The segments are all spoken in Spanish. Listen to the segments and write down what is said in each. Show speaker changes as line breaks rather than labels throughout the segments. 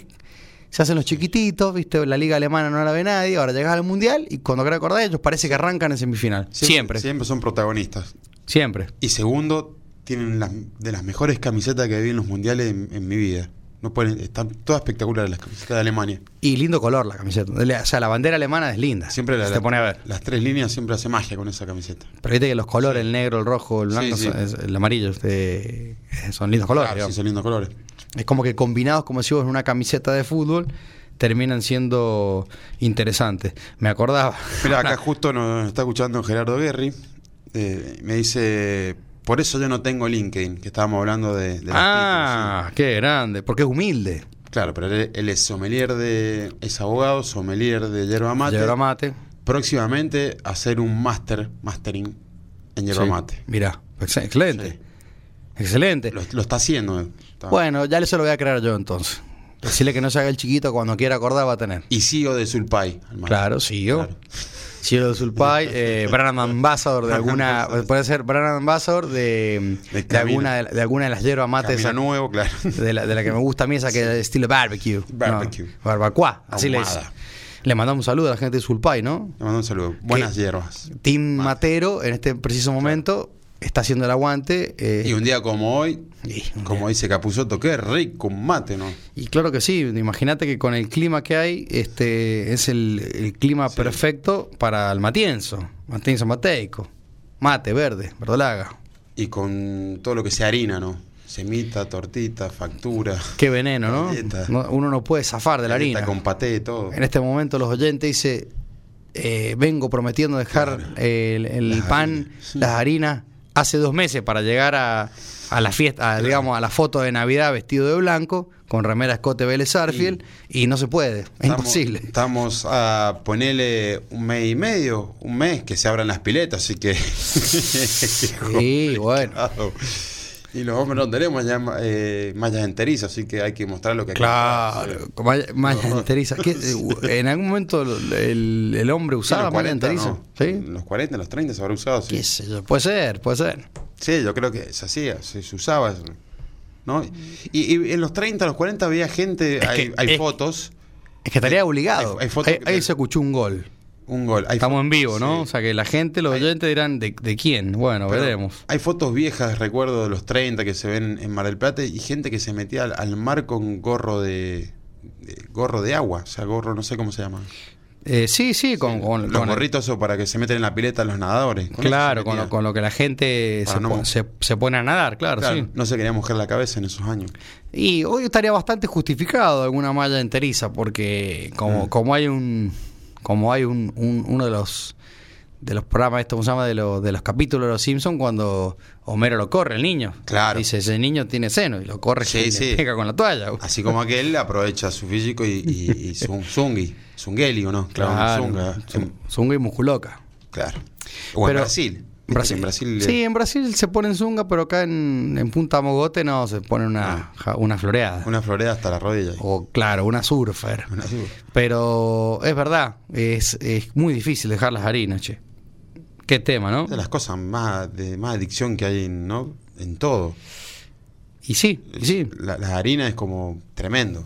se hacen los chiquititos, ¿viste? La liga alemana no la ve nadie, ahora llegas al mundial y cuando querés acordar ellos parece que arrancan en semifinal. Siempre, siempre.
Siempre son protagonistas.
siempre.
Y segundo, tienen las, de las mejores camisetas que vi en los mundiales en, en mi vida. No pueden, están todas espectaculares las camisetas de Alemania.
Y lindo color la camiseta. Le- O sea, la bandera alemana es linda.
Siempre la-
Se te pone a ver.
las tres líneas siempre hace magia con esa camiseta.
Pero viste que los colores, el negro, el rojo, el
Sí,
blanco,
sí.
son- es- el amarillo, este, son lindos colores.
Claro,
digamos.
sí, son lindos colores.
Es como que combinados, como si vos en una camiseta de fútbol, terminan siendo interesantes. Me acordaba.
Mira, acá justo nos está escuchando Gerardo Guerri. Eh, me dice, por eso yo no tengo LinkedIn, que estábamos hablando de... de los
ah, qué grande. Porque es humilde.
títulos, sí. Claro, pero él, él es sommelier de... Es abogado, sommelier de yerba mate.
Yerba mate.
Próximamente hacer un máster, mastering en yerba mate.
Mira, pues, excelente.
Sí.
Excelente.
Lo, lo está haciendo. eh. Está-
Bueno, ya se lo voy a crear yo entonces. Decirle que no se haga el chiquito cuando quiera acordar va a tener.
Y CEO de Sulpay. al mate.
Claro, sí, yo.
Claro.
Ciro del Sulpay, eh, Brand Ambassador de alguna. Puede ser Brand Ambassador de,
De
de,
Camino.
alguna, de, alguna de las hierbas
Camino
mates. esa-
nuevo, claro.
de, la, de la que me gusta a mí, esa que es estilo barbecue. No,
Barbecue.
barbacoa. Así le
Ahumada.
dicen. Le mandamos un saludo a la gente de Sulpay, ¿no?
Le mando un saludo. Buenas hierbas.
Tim Matero, en este preciso momento, está haciendo el aguante. eh,
Y un día como hoy,
Y un
como dice Capuzotto, qué rico un mate, ¿no?
Y claro que sí, imagínate que con el clima que hay, este es el, el clima perfecto para el matienzo, matienzo mateico, mate verde, verdolaga.
Y con todo lo que sea harina, ¿no? Semita, tortita, factura.
Qué veneno, ¿no?
Galleta.
No- Uno no puede zafar de la
Galleta
harina.
Con paté, todo.
En este momento los oyentes dicen, eh, vengo prometiendo dejar
Claro.
el, el
Las
pan,
harinas.
las harinas, hace dos meses para llegar a, a la fiesta, a, digamos, a la foto de Navidad vestido de blanco, con remera Escote Vélez Arfield, y no se puede, es
Estamos-
imposible.
Estamos a ponerle un mes y medio, un mes que se abran las piletas, así que.
Sí, bueno.
Ah, Y los hombres no tenemos ya eh, mallas enterizas, así que hay que mostrar lo que hay que mostrar.
Claro, con malla, malla enteriza. ¿Qué- En algún momento el, el hombre
Sí, en
usaba
los
malla
40,
enteriza.
¿no? En
¿Sí?
los 40, en los 30 se habrá usado, sí.
¿Qué sé yo? Puede ser, puede ser.
Sí, yo creo que se hacía, se, se usaba. ¿no? Y, y en los 30, los 40 había gente,
Mm. Es
hay,
que-
hay
es-
fotos,
Es que estaría obligado.
hay fotos
Ahí-
que-
ahí se escuchó un gol.
un gol. hay
Estamos
fo-
en vivo, ¿no?
sí.
O sea que la gente, los
Ahí-
oyentes dirán, ¿de, de quién? Bueno,
Pero
veremos.
Hay fotos viejas, recuerdo, de los 30 que se ven en Mar del Plata y gente que se metía al, al mar con gorro de, de- gorro de agua, o sea, gorro, no sé cómo se llama.
Eh, sí, sí, con, con-
los
con-
gorritos o para que se meten en la pileta los nadadores. Con eso
Claro,
se
con lo,
metía.
con lo que la gente
Para
se,
no-
pon- se- se pone a nadar, claro,
Claro,
sí.
No se quería mojar la cabeza en esos años.
Y hoy estaría bastante justificado alguna malla enteriza, porque como,
Mm.
como hay un. como hay un, un- uno de los de los programas, esto ¿cómo se llama, de los, de los capítulos de los Simpsons, cuando Homero lo corre el niño.
Claro.
Dice, ese niño tiene seno y lo corre
Sí,
y le
sí.
pega con la toalla.
Así como aquel aprovecha su físico y, y, y su zungui, zungeli o no, claro, zunga.
Zung-
En-
Zunga y musculoca.
claro. O en
Pero-
Brasil. Viste que En Brasil.
Sí,
eh,
en Brasil se ponen zunga, pero acá en, en Punta Mogote no, se pone una, ja- una floreada.
Ah. Una floreda hasta la rodilla.
O claro, una surfer.
Una-
Pero es verdad, es, es muy difícil dejar las harinas, che. Qué tema, ¿no?
de las cosas más de más adicción que hay en, ¿no? en todo.
Y sí, y sí.
La, la harina es como tremendo.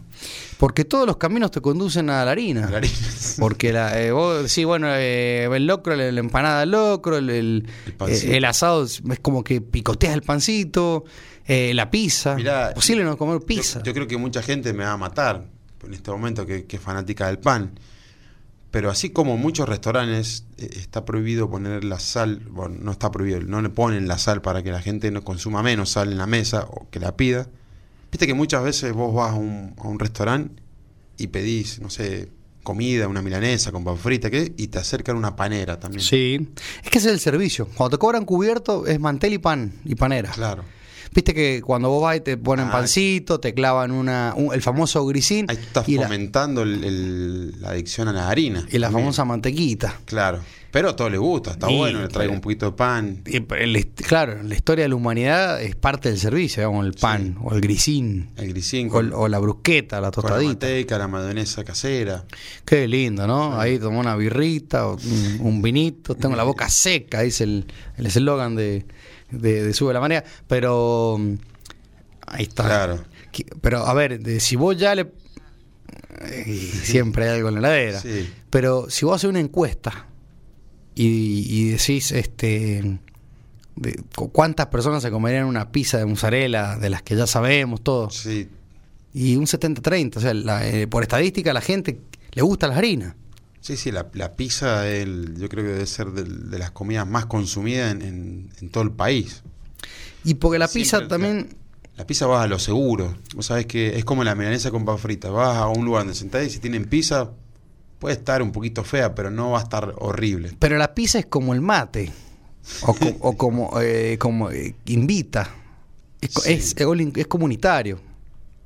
Porque todos los caminos te conducen a la harina.
La harina es-
Porque la, eh, vos sí, bueno, eh, el locro, la, la empanada al locro, el, el,
El pancito.
eh, el asado es es como que picoteas el pancito, eh, la pizza.
Mirá,
Posible no comer
yo-
pizza.
Yo, creo que mucha gente me va a matar en este momento que, que es fanática del pan. Pero así como muchos restaurantes eh, está prohibido poner la sal, bueno, no está prohibido, no le ponen la sal para que la gente no consuma menos sal en la mesa o que la pida. Viste que muchas veces vos vas a un, a un restaurante y pedís, no sé, comida, una milanesa con pan frita, ¿qué? y te acercan una panera también.
Sí. Es que ese es el servicio. Cuando te cobran cubierto es mantel y pan y panera.
Claro.
Viste que cuando vos vas y te ponen
Ah.
pancito, te clavan una, un- el famoso grisín
Ahí tú estás
y la,
fomentando el- el- la adicción a la harina.
y la
También.
famosa mantequita.
Claro. Pero a todo le gusta, está
Y- eh,
bueno, le traigo un poquito de pan.
Y el est- claro, la historia de la humanidad es parte del servicio, digamos, el pan o el grisín
El grisín
o,
con,
el- o la brusqueta, la
con la
tostadita.
manteca, la mayonesa casera.
Qué lindo, ¿no? Ahí tomó una birrita, o un, un vinito, tengo la boca seca, dice el el eslogan de, de, de Sube la Marea, pero mm, ahí está.
Claro.
Que- Pero a ver, de- si vos ya le... eh, Siempre hay algo en la heladera.
Sí.
Pero si vos haces una encuesta y, y decís este de cu- cuántas personas se comerían una pizza de mozzarella, de las que ya sabemos todos,
Sí,
y un 70-30, o sea, la- eh, por estadística la gente le gusta las harinas.
sí, sí la, la pizza el, yo creo que debe ser del- de, las comidas más consumidas en, en- en todo el país.
Y porque la pizza
Siempre-
también.
La pizza vas a lo seguro. Vos sabés que es como la milanesa con pan frita. Vas a un lugar donde sentás y si tienen pizza, puede estar un poquito fea, pero no va a estar horrible.
Pero la pizza es como el mate. O, co- o como, eh, como eh, invita. Es, co-
Sí.
es- es all in- es comunitario.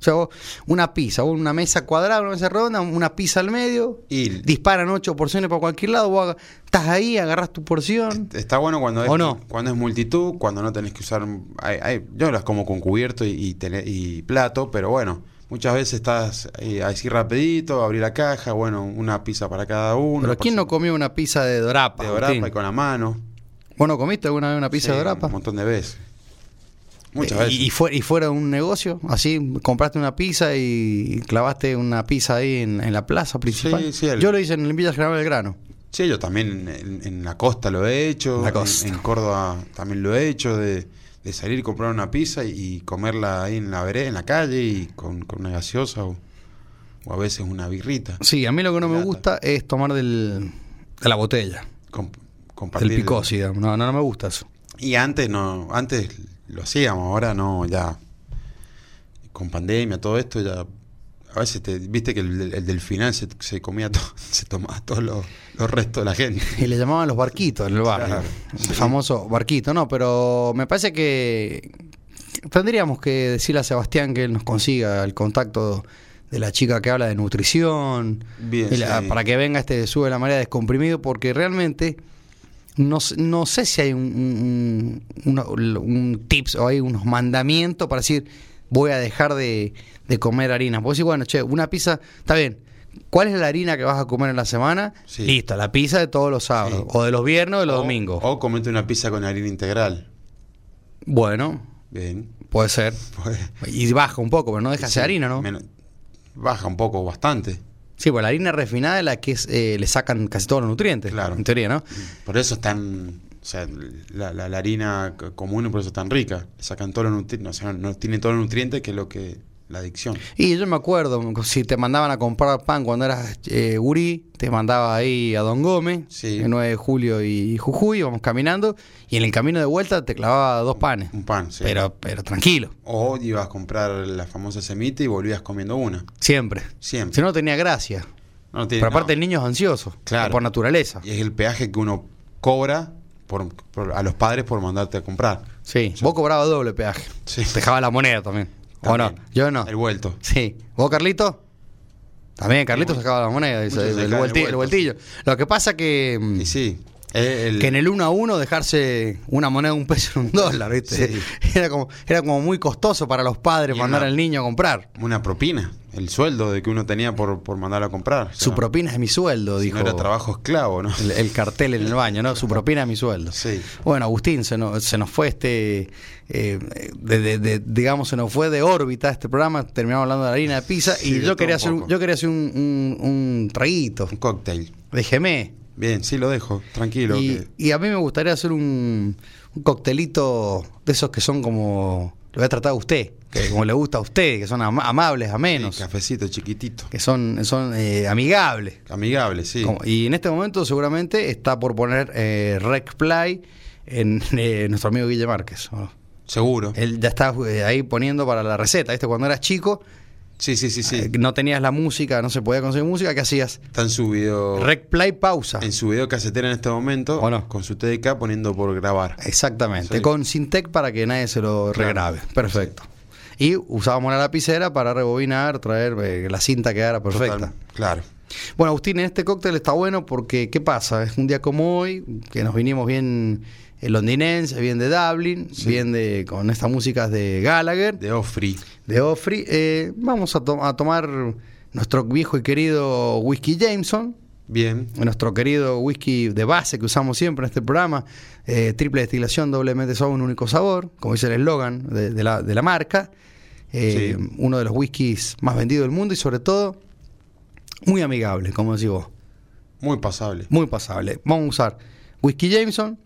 O sea, vos, una pizza, vos una mesa cuadrada, una mesa redonda, una pizza al medio.
Y
Disparan ocho porciones para cualquier lado. Vos aga- estás ahí, agarras tu porción.
Está bueno cuando es,
¿O no?
cuando es multitud, cuando no tenés que usar. hay- hay- yo las como con cubierto y, y tele- y plato, pero bueno, muchas veces estás eh, así rapidito, abrir la caja, bueno, una pizza para cada uno.
Pero ¿quién no
porción
comió una pizza de dorapa?
de
Agustín?
dorapa y con la mano?
¿Vos no comiste alguna vez una pizza
Sí,
de dorapa?
Un montón de veces. Muchas
Eh,
veces.
Y, y fue- y fuera un negocio, así compraste una pizza y clavaste una pizza ahí en, en la plaza principal.
Sí, sí, el-
Yo lo hice en el Villa General Belgrano.
Sí, yo también en, en- en la costa lo he hecho,
La
en-
costa.
En, Córdoba también lo he hecho, de, de salir, comprar una pizza y, y comerla ahí en la vereda, en la calle y con, con una gaseosa o, o a veces una birrita.
Sí, a mí lo que no me
Lata.
gusta es tomar del, de la botella,
Com- compartir.
del picosi, digamos. No, no, no me gusta eso.
Y antes no, antes lo hacíamos, ahora no, ya con pandemia, todo esto ya a veces te viste que el, el del final se, se comía todo, se tomaba todos los los restos de la gente.
Y le llamaban los barquitos en el barrio.
Claro,
El famoso barquito, no, pero me parece que tendríamos que decirle a Sebastián que él nos consiga el contacto de la chica que habla de nutrición,
Bien,
y la-
sí.
para que venga este sube la marea descomprimido, porque realmente no, s- no sé si hay un, un- un- una- un tips o hay unos mandamientos para decir voy a dejar de, de comer harina. Vos decís, bueno, che, una pizza, está bien. ¿Cuál es la harina que vas a comer en la semana?
Sí.
Listo, la pizza de todos los sábados,
Sí.
o de los viernes o de los
O-
domingos.
O comete una pizza con harina integral.
Bueno,
Bien.
puede ser.
Pues,
Y baja un poco, pero no deja de
sí,
ser harina, ¿no?
menos- baja un poco, bastante.
Sí, pues la harina refinada es la que es, eh, le sacan casi todos los nutrientes,
Claro.
en teoría, ¿no?
Por eso es tan. O sea, la, la- la harina c- común por eso es tan rica. Sacan todos los nutrientes. O sea, no tiene todos los nutrientes que es lo que. La adicción.
Y yo me acuerdo, si te mandaban a comprar pan cuando eras eh, gurí, te mandaba ahí a Don Gómez,
Sí.
el 9 de julio y Jujuy, íbamos caminando, y en el camino de vuelta te clavaba dos panes,
Un pan, Mm, sí.
pero, pero tranquilo,
O ibas a comprar la famosa semita y volvías comiendo una.
siempre.
Siempre.
Si no, no tenía gracia.
No tiene-
Pero aparte el
no.
niño es ansioso,
Claro.
por naturaleza.
Y es el peaje que uno cobra por- por- a los padres por mandarte a comprar.
Sí, vos cobrabas doble peaje.
Sí.
Dejaba la moneda también. ¿O no?
También.
Yo no.
El vuelto.
Sí. ¿Vos, Carlito? También, Carlito
Mucho-
sacaba la moneda, dice,
mucho
el,
sacaba el
vuelti- el
vuelto, sí.
vueltillo. Lo que pasa que... mm,
Y sí. eh, el-
que en el 1 a 1 dejarse una moneda, un peso en un dólar, ¿viste?
Sí.
Era, como, era como muy costoso para los padres
Y
mandar
una-
al niño a comprar.
Una propina, el sueldo de que uno tenía por, por mandar a comprar. O sea,
Su propina es mi sueldo,
si
dijo
No era trabajo esclavo, ¿no?
el, el cartel en el baño, ¿no? Su propina es mi sueldo.
Sí.
Bueno, Agustín, se nos, se nos fue este, eh, de- de- de- digamos, se nos fue de órbita este programa, terminamos hablando de la harina de pizza
Sí,
y
de
yo
todo
quería,
un
hacer un,
poco.
yo quería hacer un, un, un traguito
Un cóctel.
de gemé.
Bien, sí, lo dejo, tranquilo.
Y,
que-
y a mí me gustaría hacer un, un coctelito de esos que son como. Lo voy a tratar a usted, que como le gusta a usted, que son ama- amables, amenos,
sí, cafecito chiquitito.
que son, son eh, amigables.
Amigable, sí.
Como- y en este momento, seguramente, está por poner eh, Rec Play en eh, nuestro amigo Guille Márquez. ¿o no?
Seguro.
eh, Él ya está eh, ahí poniendo para la receta, ¿viste? Cuando eras chico,
Sí, sí, sí, sí.
Eh, No tenías la música, no se podía conseguir música, ¿qué hacías?
Está en su video.
Rec play pausa.
Oh. En su video casetera en este momento.
¿O no?
Con su TDK poniendo por grabar.
Exactamente,
Sí.
con Sintec para que nadie se lo
Claro.
regrabe. Perfecto. Y usábamos la lapicera para rebobinar, traer eh, que la cinta quedara perfecta.
Total, claro.
Bueno, Agustín, en este cóctel está bueno porque, ¿qué pasa? Es un día como hoy, que nos vinimos bien eh, londinense, bien de Dublin, bien de con estas músicas de Gallagher, de,
De Ofri.
Offrey. Eh, vamos a, to- a tomar nuestro viejo y querido Whisky Jameson,
Bien.
nuestro querido whisky de base que usamos siempre en este programa, eh, triple destilación, doblemente sabor, un único sabor, como dice el eslogan de, de la, de la marca, Eh,
Sí.
uno de los whiskies más vendidos del mundo y sobre todo muy amigable, como decís vos.
Muy pasable.
Muy pasable. Vamos a usar whisky Jameson.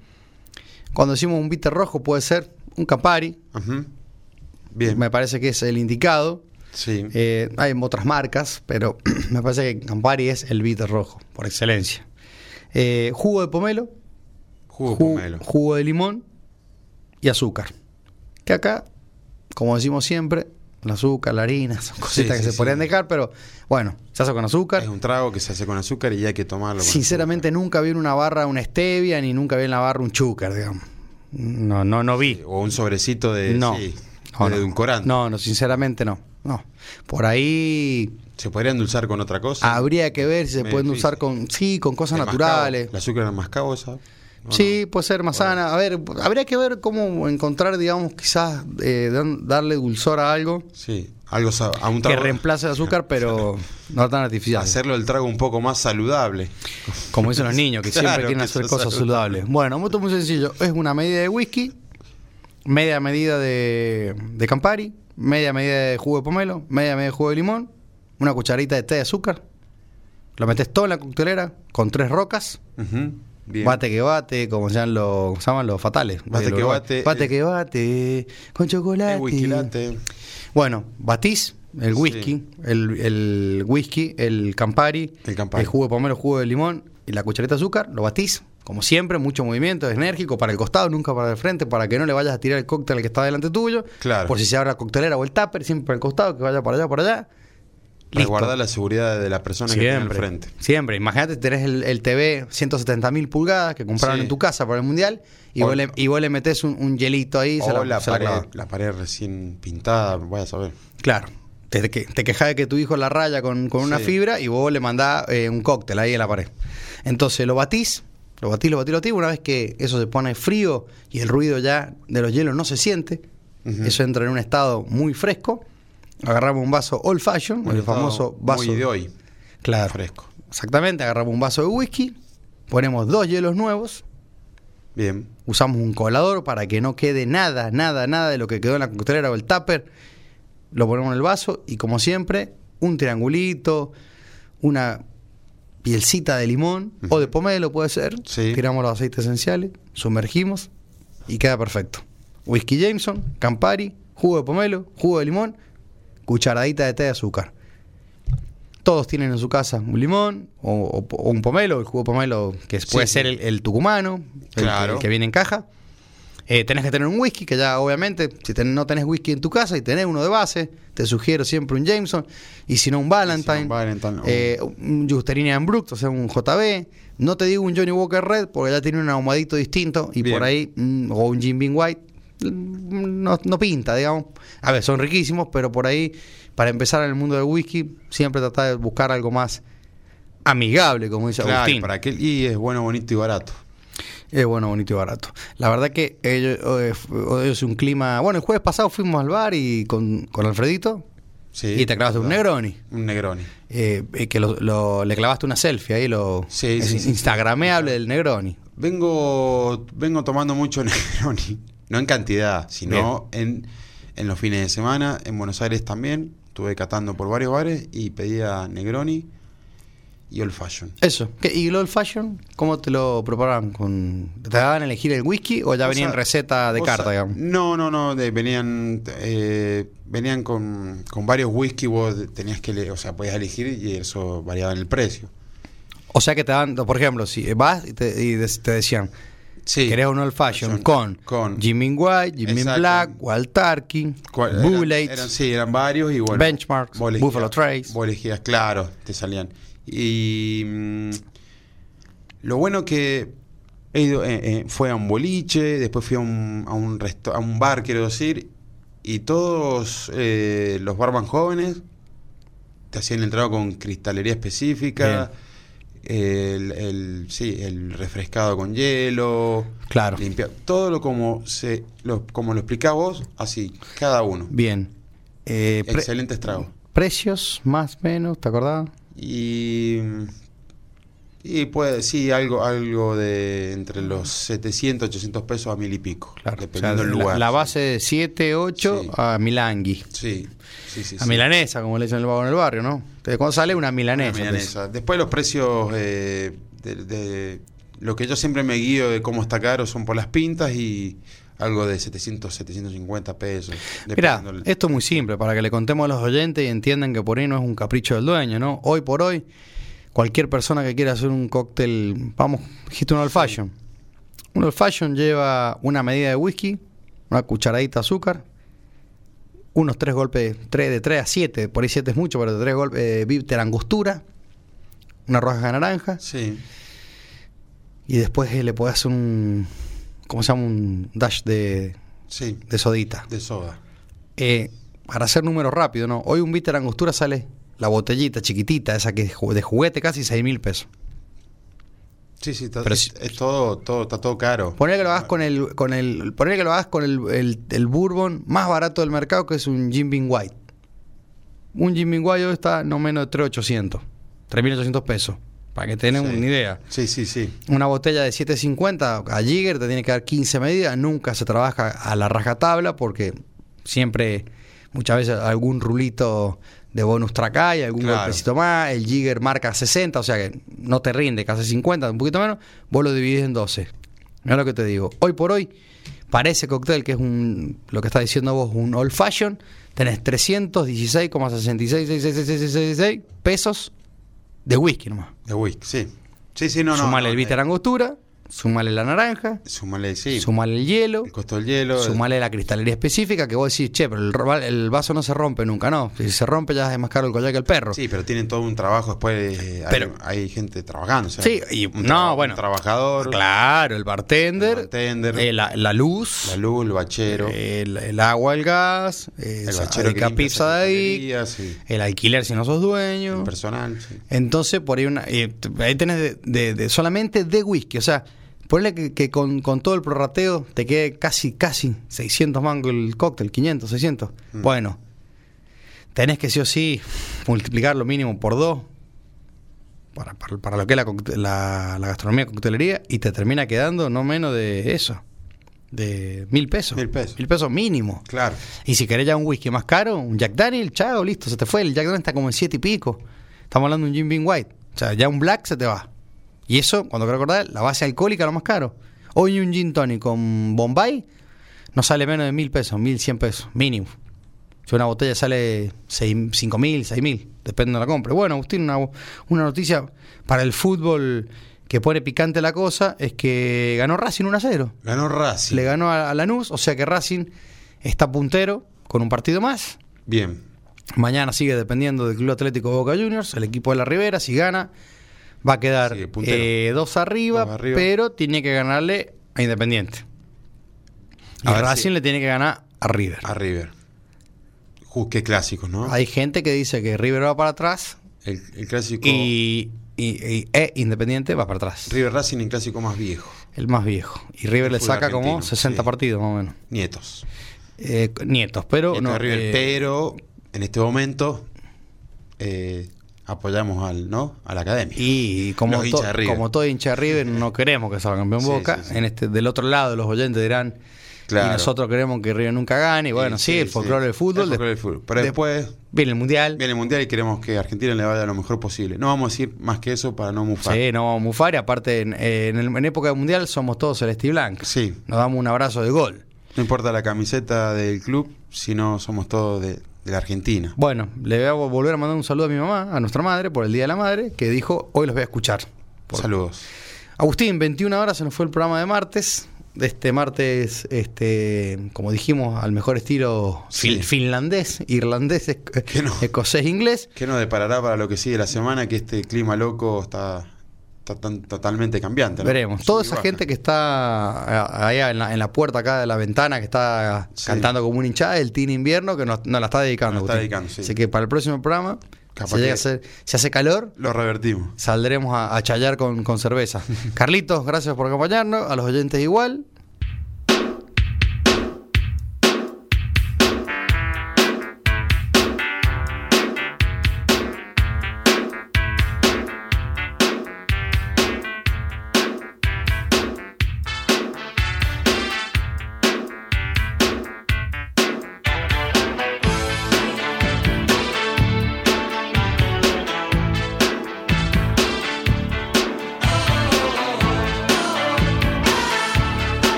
Cuando decimos un bitter rojo puede ser un Campari.
Ujú. Bien.
Me parece que es el indicado.
Sí.
Eh, hay otras marcas, pero me parece que Campari es el bitter rojo, por excelencia. Eh, jugo de pomelo,
Jugo
ju-
pomelo.
jugo de limón y azúcar. Que acá, como decimos siempre, el azúcar, la harina, son cositas que
Sí, sí,
se
sí.
podrían dejar, pero bueno, se hace con azúcar.
Es un trago que se hace con azúcar y hay que tomarlo. con
Sinceramente nunca vi en una barra una stevia ni nunca vi en la barra un chúcar, digamos. No, no, no vi.
azúcar. O un sobrecito de.
no.
sí,
No,
de
no.
edulcorante.
No, no, sinceramente no. No. Por ahí
¿Se podría endulzar con otra cosa?
habría que ver si se
Me
pueden
difícil.
usar con sí, con cosas
El mascabo,
naturales.
¿El azúcar en mascabo esa? ¿O
sí, puede ser más
Bueno.
sana. A ver, habría que ver cómo encontrar, digamos, quizás eh, dan- darle dulzor a algo
no? Sí. Algo sa- a un
que
trago.
reemplace el azúcar, pero no tan artificial.
Hacerlo el trago un poco más saludable.
Como dicen los niños, que siempre
Claro,
quieren
que
hacer
eso
cosas
sabe.
saludables. Bueno, esto es muy sencillo. Es una medida de whisky, media medida de, de Campari, media medida de jugo de pomelo, media medida de jugo de limón, una cucharita de té de azúcar. Lo metes todo en la coctelera con tres rocas.
Ujú, Bien.
Bate que bate, como se llaman los, ¿cómo se llaman los fatales.
Bate
del
que
Uruguay.
bate,
Bate
eh,
que bate, con chocolate.
Eh, whisky latte.
Bueno, batís el
Sí.
whisky, el, el whisky, el campari,
El Campari.
jugo de pomelo, el jugo de limón y la cucharita de azúcar, lo batís, como siempre, mucho movimiento, es enérgico, para el costado, nunca para el frente, para que no le vayas a tirar el cóctel que está delante tuyo.
Claro.
Por si se abre la coctelera o el tupper, siempre para el costado, que vaya para allá, para allá.
Para
Listo.
guardar la seguridad de la persona que tiene al frente.
Siempre. Imagínate, tenés el, el TV 170 mil pulgadas que compraron
Sí.
en tu casa para el mundial y,
O-
vos le, y vos le metés un, un hielito ahí y se
O
la,
la,
se la clavas.
pared, la pared recién pintada, voy a saber.
Claro. Te, que- te quejas de que tu hijo la raya con, con una
Sí.
fibra y vos le mandás eh, un cóctel ahí en la pared. Entonces lo batís, lo batís, lo batís, lo batís. Una vez que eso se pone frío y el ruido ya de los hielos no se siente,
Ujú.
eso entra en un estado muy fresco. Agarramos un vaso old fashion,
Un
el
estado
famoso vaso.
Muy de hoy,
claro.
fresco.
Exactamente, agarramos un vaso de whisky, ponemos dos hielos nuevos,
Bien.
usamos un colador para que no quede nada, nada, nada de lo que quedó en la coctelera o el tupper, lo ponemos en el vaso y como siempre, un triangulito, una pielcita de limón o de pomelo puede ser,
Sí.
tiramos los aceites esenciales, sumergimos y queda perfecto. Whisky Jameson, Campari, jugo de pomelo, jugo de limón, cucharadita de té de azúcar. Todos tienen en su casa un limón o, o- o un pomelo, el jugo de pomelo que
Sí,
puede
sí.
ser el, el tucumano, el que-
Claro.
el que viene en caja. Eh, tenés que tener un whisky, que ya obviamente, si ten- no tenés whisky en tu casa y tenés uno de base, te sugiero siempre un Jameson, y si no un Valentine,
un Valentine, o-
eh, un Justerina en Brook, o sea, un JB. No te digo un Johnny Walker Red, porque ya tiene un ahumadito distinto, y
Bien.
por ahí, mm, o un Jim Beam White, mm, no, no pinta, digamos. A ver, son riquísimos, pero por ahí, para empezar en el mundo del whisky, siempre trata de buscar algo más amigable, como dice
Claro, y
Agustín.
para aquel, y es bueno, bonito y barato.
Es bueno, bonito y barato. La verdad que ellos, eh, f- ellos un clima. Bueno, el jueves pasado fuimos al bar y con, con Alfredito
Sí,
y te clavaste un
¿verdad?
Negroni.
Un Negroni.
Eh, eh, que lo- lo- le clavaste una selfie ahí, lo
Sí,
es
sí, sí.
instagrameable del Negroni.
Vengo, vengo tomando mucho Negroni. No en cantidad, sino en, en los fines de semana. En Buenos Aires también. Estuve catando por varios bares y pedía Negroni y Old Fashion.
Eso. ¿Qué- ¿Y el old fashion? ¿Cómo te lo preparaban? ¿Con, ¿Te daban a elegir el whisky o ya venía en
Cosa-
receta de
cosa-
carta, digamos?
No, no, no. de- venían eh, venían con, con varios whisky. Vos tenías que, le- o sea, podías elegir y eso variaba en el precio.
O sea que te daban, por ejemplo, si vas y te, y des- te decían,
Sí.
Querés un old fashion
Fashion.
con,
Con.
Jimin White, Jimin
Exacto.
Black, Waltarkin,
¿Cuál? Eran-
Bullets.
eran- sí, eran varios y bueno.
Benchmarks,
vos elegías-
Buffalo Trace.
Vos elegías, claro, te salían. Y mm, lo bueno que he ido, eh, eh, fue a un boliche, después fui a un, a un, resto- a un bar, quiero decir, y todos eh, los barman jóvenes te hacían el trago con cristalería específica. El, el- sí, el refrescado con hielo.
Claro.
limpia- todo lo como, se, lo, como lo explicás vos, así, cada uno.
Bien. Eh, pre-
Excelentes tragos.
precios, más o menos, ¿te acordás?
Y. Y puede, sí, algo, algo de entre los 700, 800 pesos a mil y pico.
Claro.
Dependiendo
o sea,
del
la-
lugar.
La, base de 7, 8
Sí.
a Milangui.
Sí, sí, sí.
A
sí.
milanesa, como le dicen en el vago en el barrio, ¿no? Entonces, cuando sale una
Una
milanesa.
milanesa. Después los precios eh, de, de- Lo que yo siempre me guío de cómo está caro son por las pintas y algo de 700, 750 pesos.
Mira,
dependiendo del-
esto es muy simple, para que le contemos a los oyentes y entiendan que por ahí no es un capricho del dueño, ¿no? Hoy por hoy, cualquier persona que quiera hacer un cóctel, vamos, dijiste un old fashion. Un old fashion lleva una medida de whisky, una cucharadita de azúcar, unos tres golpes, tres de 3 a 7, por ahí 7 es mucho, pero de tres golpes de bitter angostura, una roja de naranja,
Sí,
y después eh, le podés hacer un, ¿cómo se llama? Un dash de,
sí,
de sodita.
de soda.
Eh, para hacer números rápido, ¿no? Hoy un bitter angostura sale la botellita chiquitita, esa que es ju- de juguete casi 6 mil pesos.
Sí, sí, está,
Pero
es,
si-
es todo, todo, está todo caro.
Poner que lo hagas con el, con el, poner que lo hagas con el, el, el bourbon más barato del mercado, que es un Jim Beam White. Un Jim Beam White hoy está no menos de 3.800, 3.800 pesos, para que tengan
Sí.
una idea.
Sí, sí, sí.
Una botella de 750 a Jigger te tiene que dar 15 medidas. Nunca se trabaja a la rajatabla porque siempre, muchas veces, algún rulito de bonus track hay, algún
Claro.
golpecito más. El Jigger marca 60, o sea que no te rinde, casi 50, un poquito menos. Vos lo dividís en 12. Mira lo que te digo. Hoy por hoy, para ese cóctel que es un, lo que estás diciendo vos, un old fashion, tenés 316,666666 pesos de whisky nomás.
De whisky, sí. Sí, sí, no, no.
sumale
no,
el
eh,
bitter angostura, sumale la naranja,
Sumale, sí.
sumale el hielo,
el costo del hielo. el-
sumale la cristalería específica, que vos decís, che, pero el, ro- el vaso no se rompe nunca, ¿no? Si se rompe ya es más caro el collar que el perro.
Sí, pero tienen todo un trabajo después. eh, hay-
Pero-
hay, gente trabajando. o sea,
Sí, y-
un
no,
traba-
bueno.
Un trabajador,
Claro, el bartender,
El bartender.
eh, la, la luz,
la luz, el bachero.
el, el agua, el gas, eh,
el
esa-
bachero
de
que limpia
capizza de ahí,
secretaría, sí,
el alquiler si no sos dueño.
el personal. sí.
Entonces, por ahí, una, eh, t- ahí tenés de, de- de- solamente de whisky. O sea, ponle que, que con, con todo el prorrateo te quede casi, casi 600 mangos el cóctel, 500, 600.
Mm.
Bueno, tenés que sí o sí multiplicar lo mínimo por dos para, para- para lo que es la, cocte- la- la gastronomía coctelería y te termina quedando no menos de eso, de mil pesos.
Mil pesos.
Mil pesos mínimo.
Claro.
Y si querés ya un whisky más caro, un Jack Daniel, chao, listo, se te fue. El Jack Daniel está como en 7 y pico. Estamos hablando de un Jim Beam White. O sea, ya un Black se te va. Y eso, cuando quiero recordar, la base alcohólica es lo más caro. Hoy un Gin Tonic con Bombay no sale menos de mil pesos, mil cien pesos, mínimo. Si una botella sale seis- cinco mil, seis mil, depende de la compra. Bueno, Agustín, una, una noticia para el fútbol que pone picante la cosa es que ganó Racing 1 a 0
Ganó Racing.
le ganó a, a Lanús, o sea que Racing está puntero con un partido más.
Bien.
Mañana sigue dependiendo del Club Atlético Boca Juniors, el equipo de la Rivera, si gana va a quedar
Sigue puntero.
eh, dos, arriba,
Dos arriba.
pero tiene que ganarle a Independiente. Y
A ver
Racing
si-
le tiene que ganar a River.
A River. Ju- qué clásico, ¿no?
Hay gente que dice que River va para atrás
El, el clásico.
y, y- y- e Independiente va para atrás.
River Racing, el clásico más viejo.
El más viejo. Y River
El
le
fútbol
saca como
argentino,
60
sí.
partidos más o menos.
Nietos.
Eh, nietos, pero...
Nietos de
no,
River,
eh,
pero en este momento eh, apoyamos al, ¿no? A la academia.
Y como,
Los hinchas
to-
de River.
como todo hincha de River, no queremos que salga campeón
Sí,
Boca.
sí, sí.
En este, del otro lado, los oyentes dirán,
Claro.
y nosotros queremos que River nunca gane. Y bueno, sí, el folclore del fútbol.
El folclore del fútbol. Pero
de-
después
Viene el Mundial.
viene el mundial y queremos que Argentina le vaya lo mejor posible. No vamos a decir más que eso para no mufar.
Sí, no vamos a mufar. Y aparte, en, en el- en época de Mundial somos todos celeste y blanca.
Sí.
Nos damos un abrazo de gol.
No importa la camiseta del club, si no somos todos de, de la Argentina.
Bueno, le voy a volver a mandar un saludo a mi mamá, a nuestra madre, por el Día de la Madre, que dijo, hoy los voy a escuchar. Por-
Saludos.
Agustín, 21 horas se nos fue el programa de martes. De este martes, este, como dijimos, al mejor estilo
Sí.
fin- finlandés, irlandés, esc-
Que no.
escocés, inglés.
¿Qué nos deparará para lo que sigue la semana? Que este clima loco está, está tan- totalmente cambiante. ¿no?
Veremos.
Sube
Toda
y
esa
baja.
gente que está allá en la, en la puerta acá de la ventana, que está
Sí.
cantando como un hinchada, el Team Invierno, que nos, nos la está dedicando.
Nos está
Agustín.
dedicando, sí.
Así que para el próximo programa,
Capaz
si, llega
que-
a ser- si hace calor,
Lo revertimos.
saldremos a, a chayar con, con cerveza. Carlitos, gracias por acompañarnos. A los oyentes igual.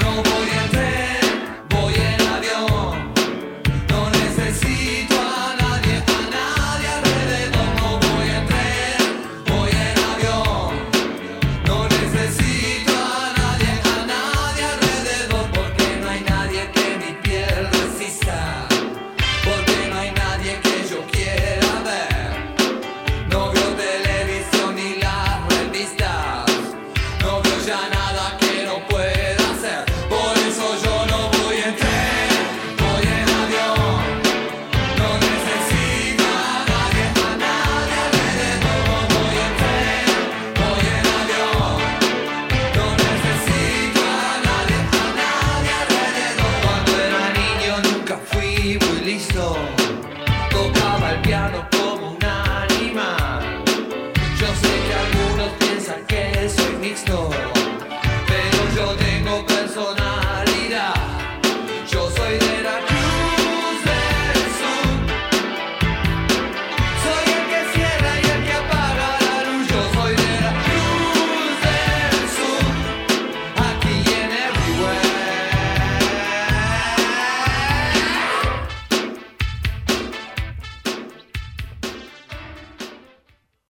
No voy